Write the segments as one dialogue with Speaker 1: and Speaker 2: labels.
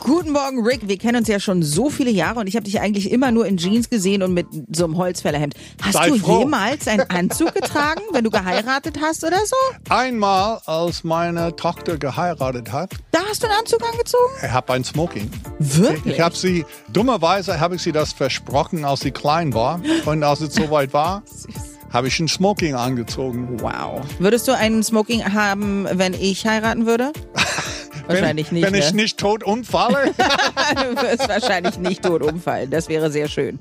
Speaker 1: Guten Morgen, Rick. Wir kennen uns ja schon so viele Jahre und ich habe dich eigentlich immer nur in Jeans gesehen und mit so einem Holzfällerhemd. Hast
Speaker 2: Sei
Speaker 1: du
Speaker 2: froh.
Speaker 1: jemals einen Anzug getragen, wenn du geheiratet hast oder so?
Speaker 2: Einmal, als meine Tochter geheiratet hat,
Speaker 1: Da hast du einen Anzug angezogen?
Speaker 2: ich habe ein Smoking.
Speaker 1: Wirklich?
Speaker 2: Ich habe sie, dummerweise habe ich sie das versprochen, als sie klein war. Und als es soweit war, habe ich ein Smoking angezogen.
Speaker 1: wow. Würdest du einen Smoking haben, wenn ich heiraten würde? Wahrscheinlich
Speaker 2: wenn,
Speaker 1: nicht.
Speaker 2: Wenn ich
Speaker 1: ne?
Speaker 2: nicht tot umfalle.
Speaker 1: du wirst wahrscheinlich nicht tot umfallen. Das wäre sehr schön.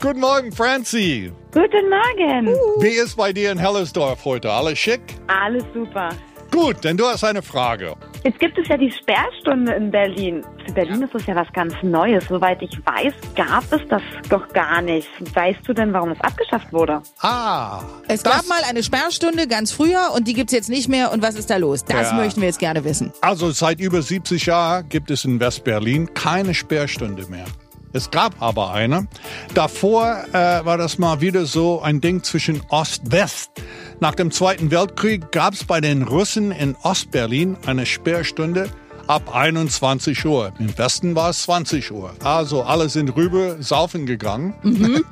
Speaker 2: Guten Morgen, Franzi.
Speaker 3: Guten Morgen.
Speaker 2: Wie ist bei dir in Hellersdorf heute? Alles schick?
Speaker 3: Alles super.
Speaker 2: Gut, denn du hast eine Frage.
Speaker 3: Jetzt gibt es ja die Sperrstunde in Berlin. Für Berlin ist das ja was ganz Neues. Soweit ich weiß, gab es das doch gar nicht. Weißt du denn, warum es abgeschafft wurde?
Speaker 2: Ah,
Speaker 1: Es
Speaker 2: das,
Speaker 1: gab mal eine Sperrstunde ganz früher und die gibt's jetzt nicht mehr. Und was ist da los? Das
Speaker 2: Ja.
Speaker 1: möchten wir jetzt gerne wissen.
Speaker 2: also seit über 70 Jahren gibt es in Westberlin keine Sperrstunde mehr. Es gab aber eine. Davor äh, war das mal wieder so ein Ding zwischen Ost-West. Nach dem Zweiten Weltkrieg gab es bei den Russen in Ostberlin eine Sperrstunde ab 21 Uhr. Im Westen war es 20 Uhr. Also alle sind rüber saufen gegangen.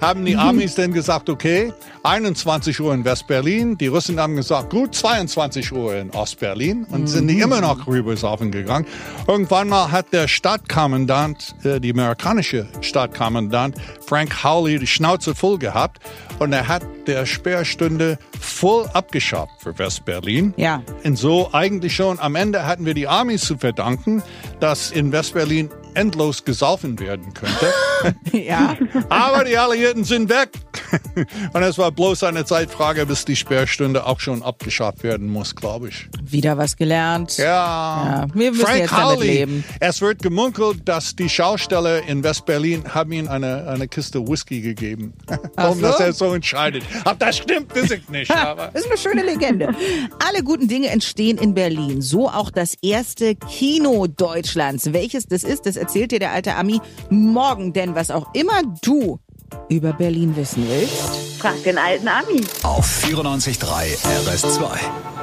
Speaker 2: haben die Amis denn gesagt, okay, 21 Uhr in West-Berlin. Die Russen haben gesagt, gut, 22 Uhr in Ost-Berlin. Und sind die immer noch rüber saufen gegangen. Irgendwann mal hat der Stadtkommandant, äh, die amerikanische Stadtkommandant, Frank Howley, die Schnauze voll gehabt. Und er hat der Sperrstunde voll abgeschafft für West-Berlin.
Speaker 1: Ja.
Speaker 2: Und so eigentlich schon am Ende hatten wir die Amis zu verdanken, dass in West-Berlin endlos gesaufen werden könnte.
Speaker 1: Ja.
Speaker 2: Aber die Alliierten sind weg. Und es war bloß eine Zeitfrage, bis die Sperrstunde auch schon abgeschafft werden muss, glaube ich.
Speaker 1: Wieder was gelernt.
Speaker 2: Ja.
Speaker 1: Ja, wir müssen
Speaker 2: Frank
Speaker 1: jetzt damit
Speaker 2: Howley.
Speaker 1: leben.
Speaker 2: Es wird gemunkelt, dass die Schausteller in West-Berlin haben ihm eine, eine Kiste Whisky gegeben. Warum
Speaker 1: so?
Speaker 2: dass er so entscheidet. Ob das stimmt, weiß ich nicht. Aber
Speaker 1: Das ist eine schöne Legende. Alle guten Dinge entstehen in Berlin. So auch das erste Kino Deutschlands. Welches das ist, das erzählt dir der alte Ami morgen. Denn was auch immer du über Berlin wissen willst.
Speaker 3: Frag den alten Ami.
Speaker 4: Auf 94.3 RS2.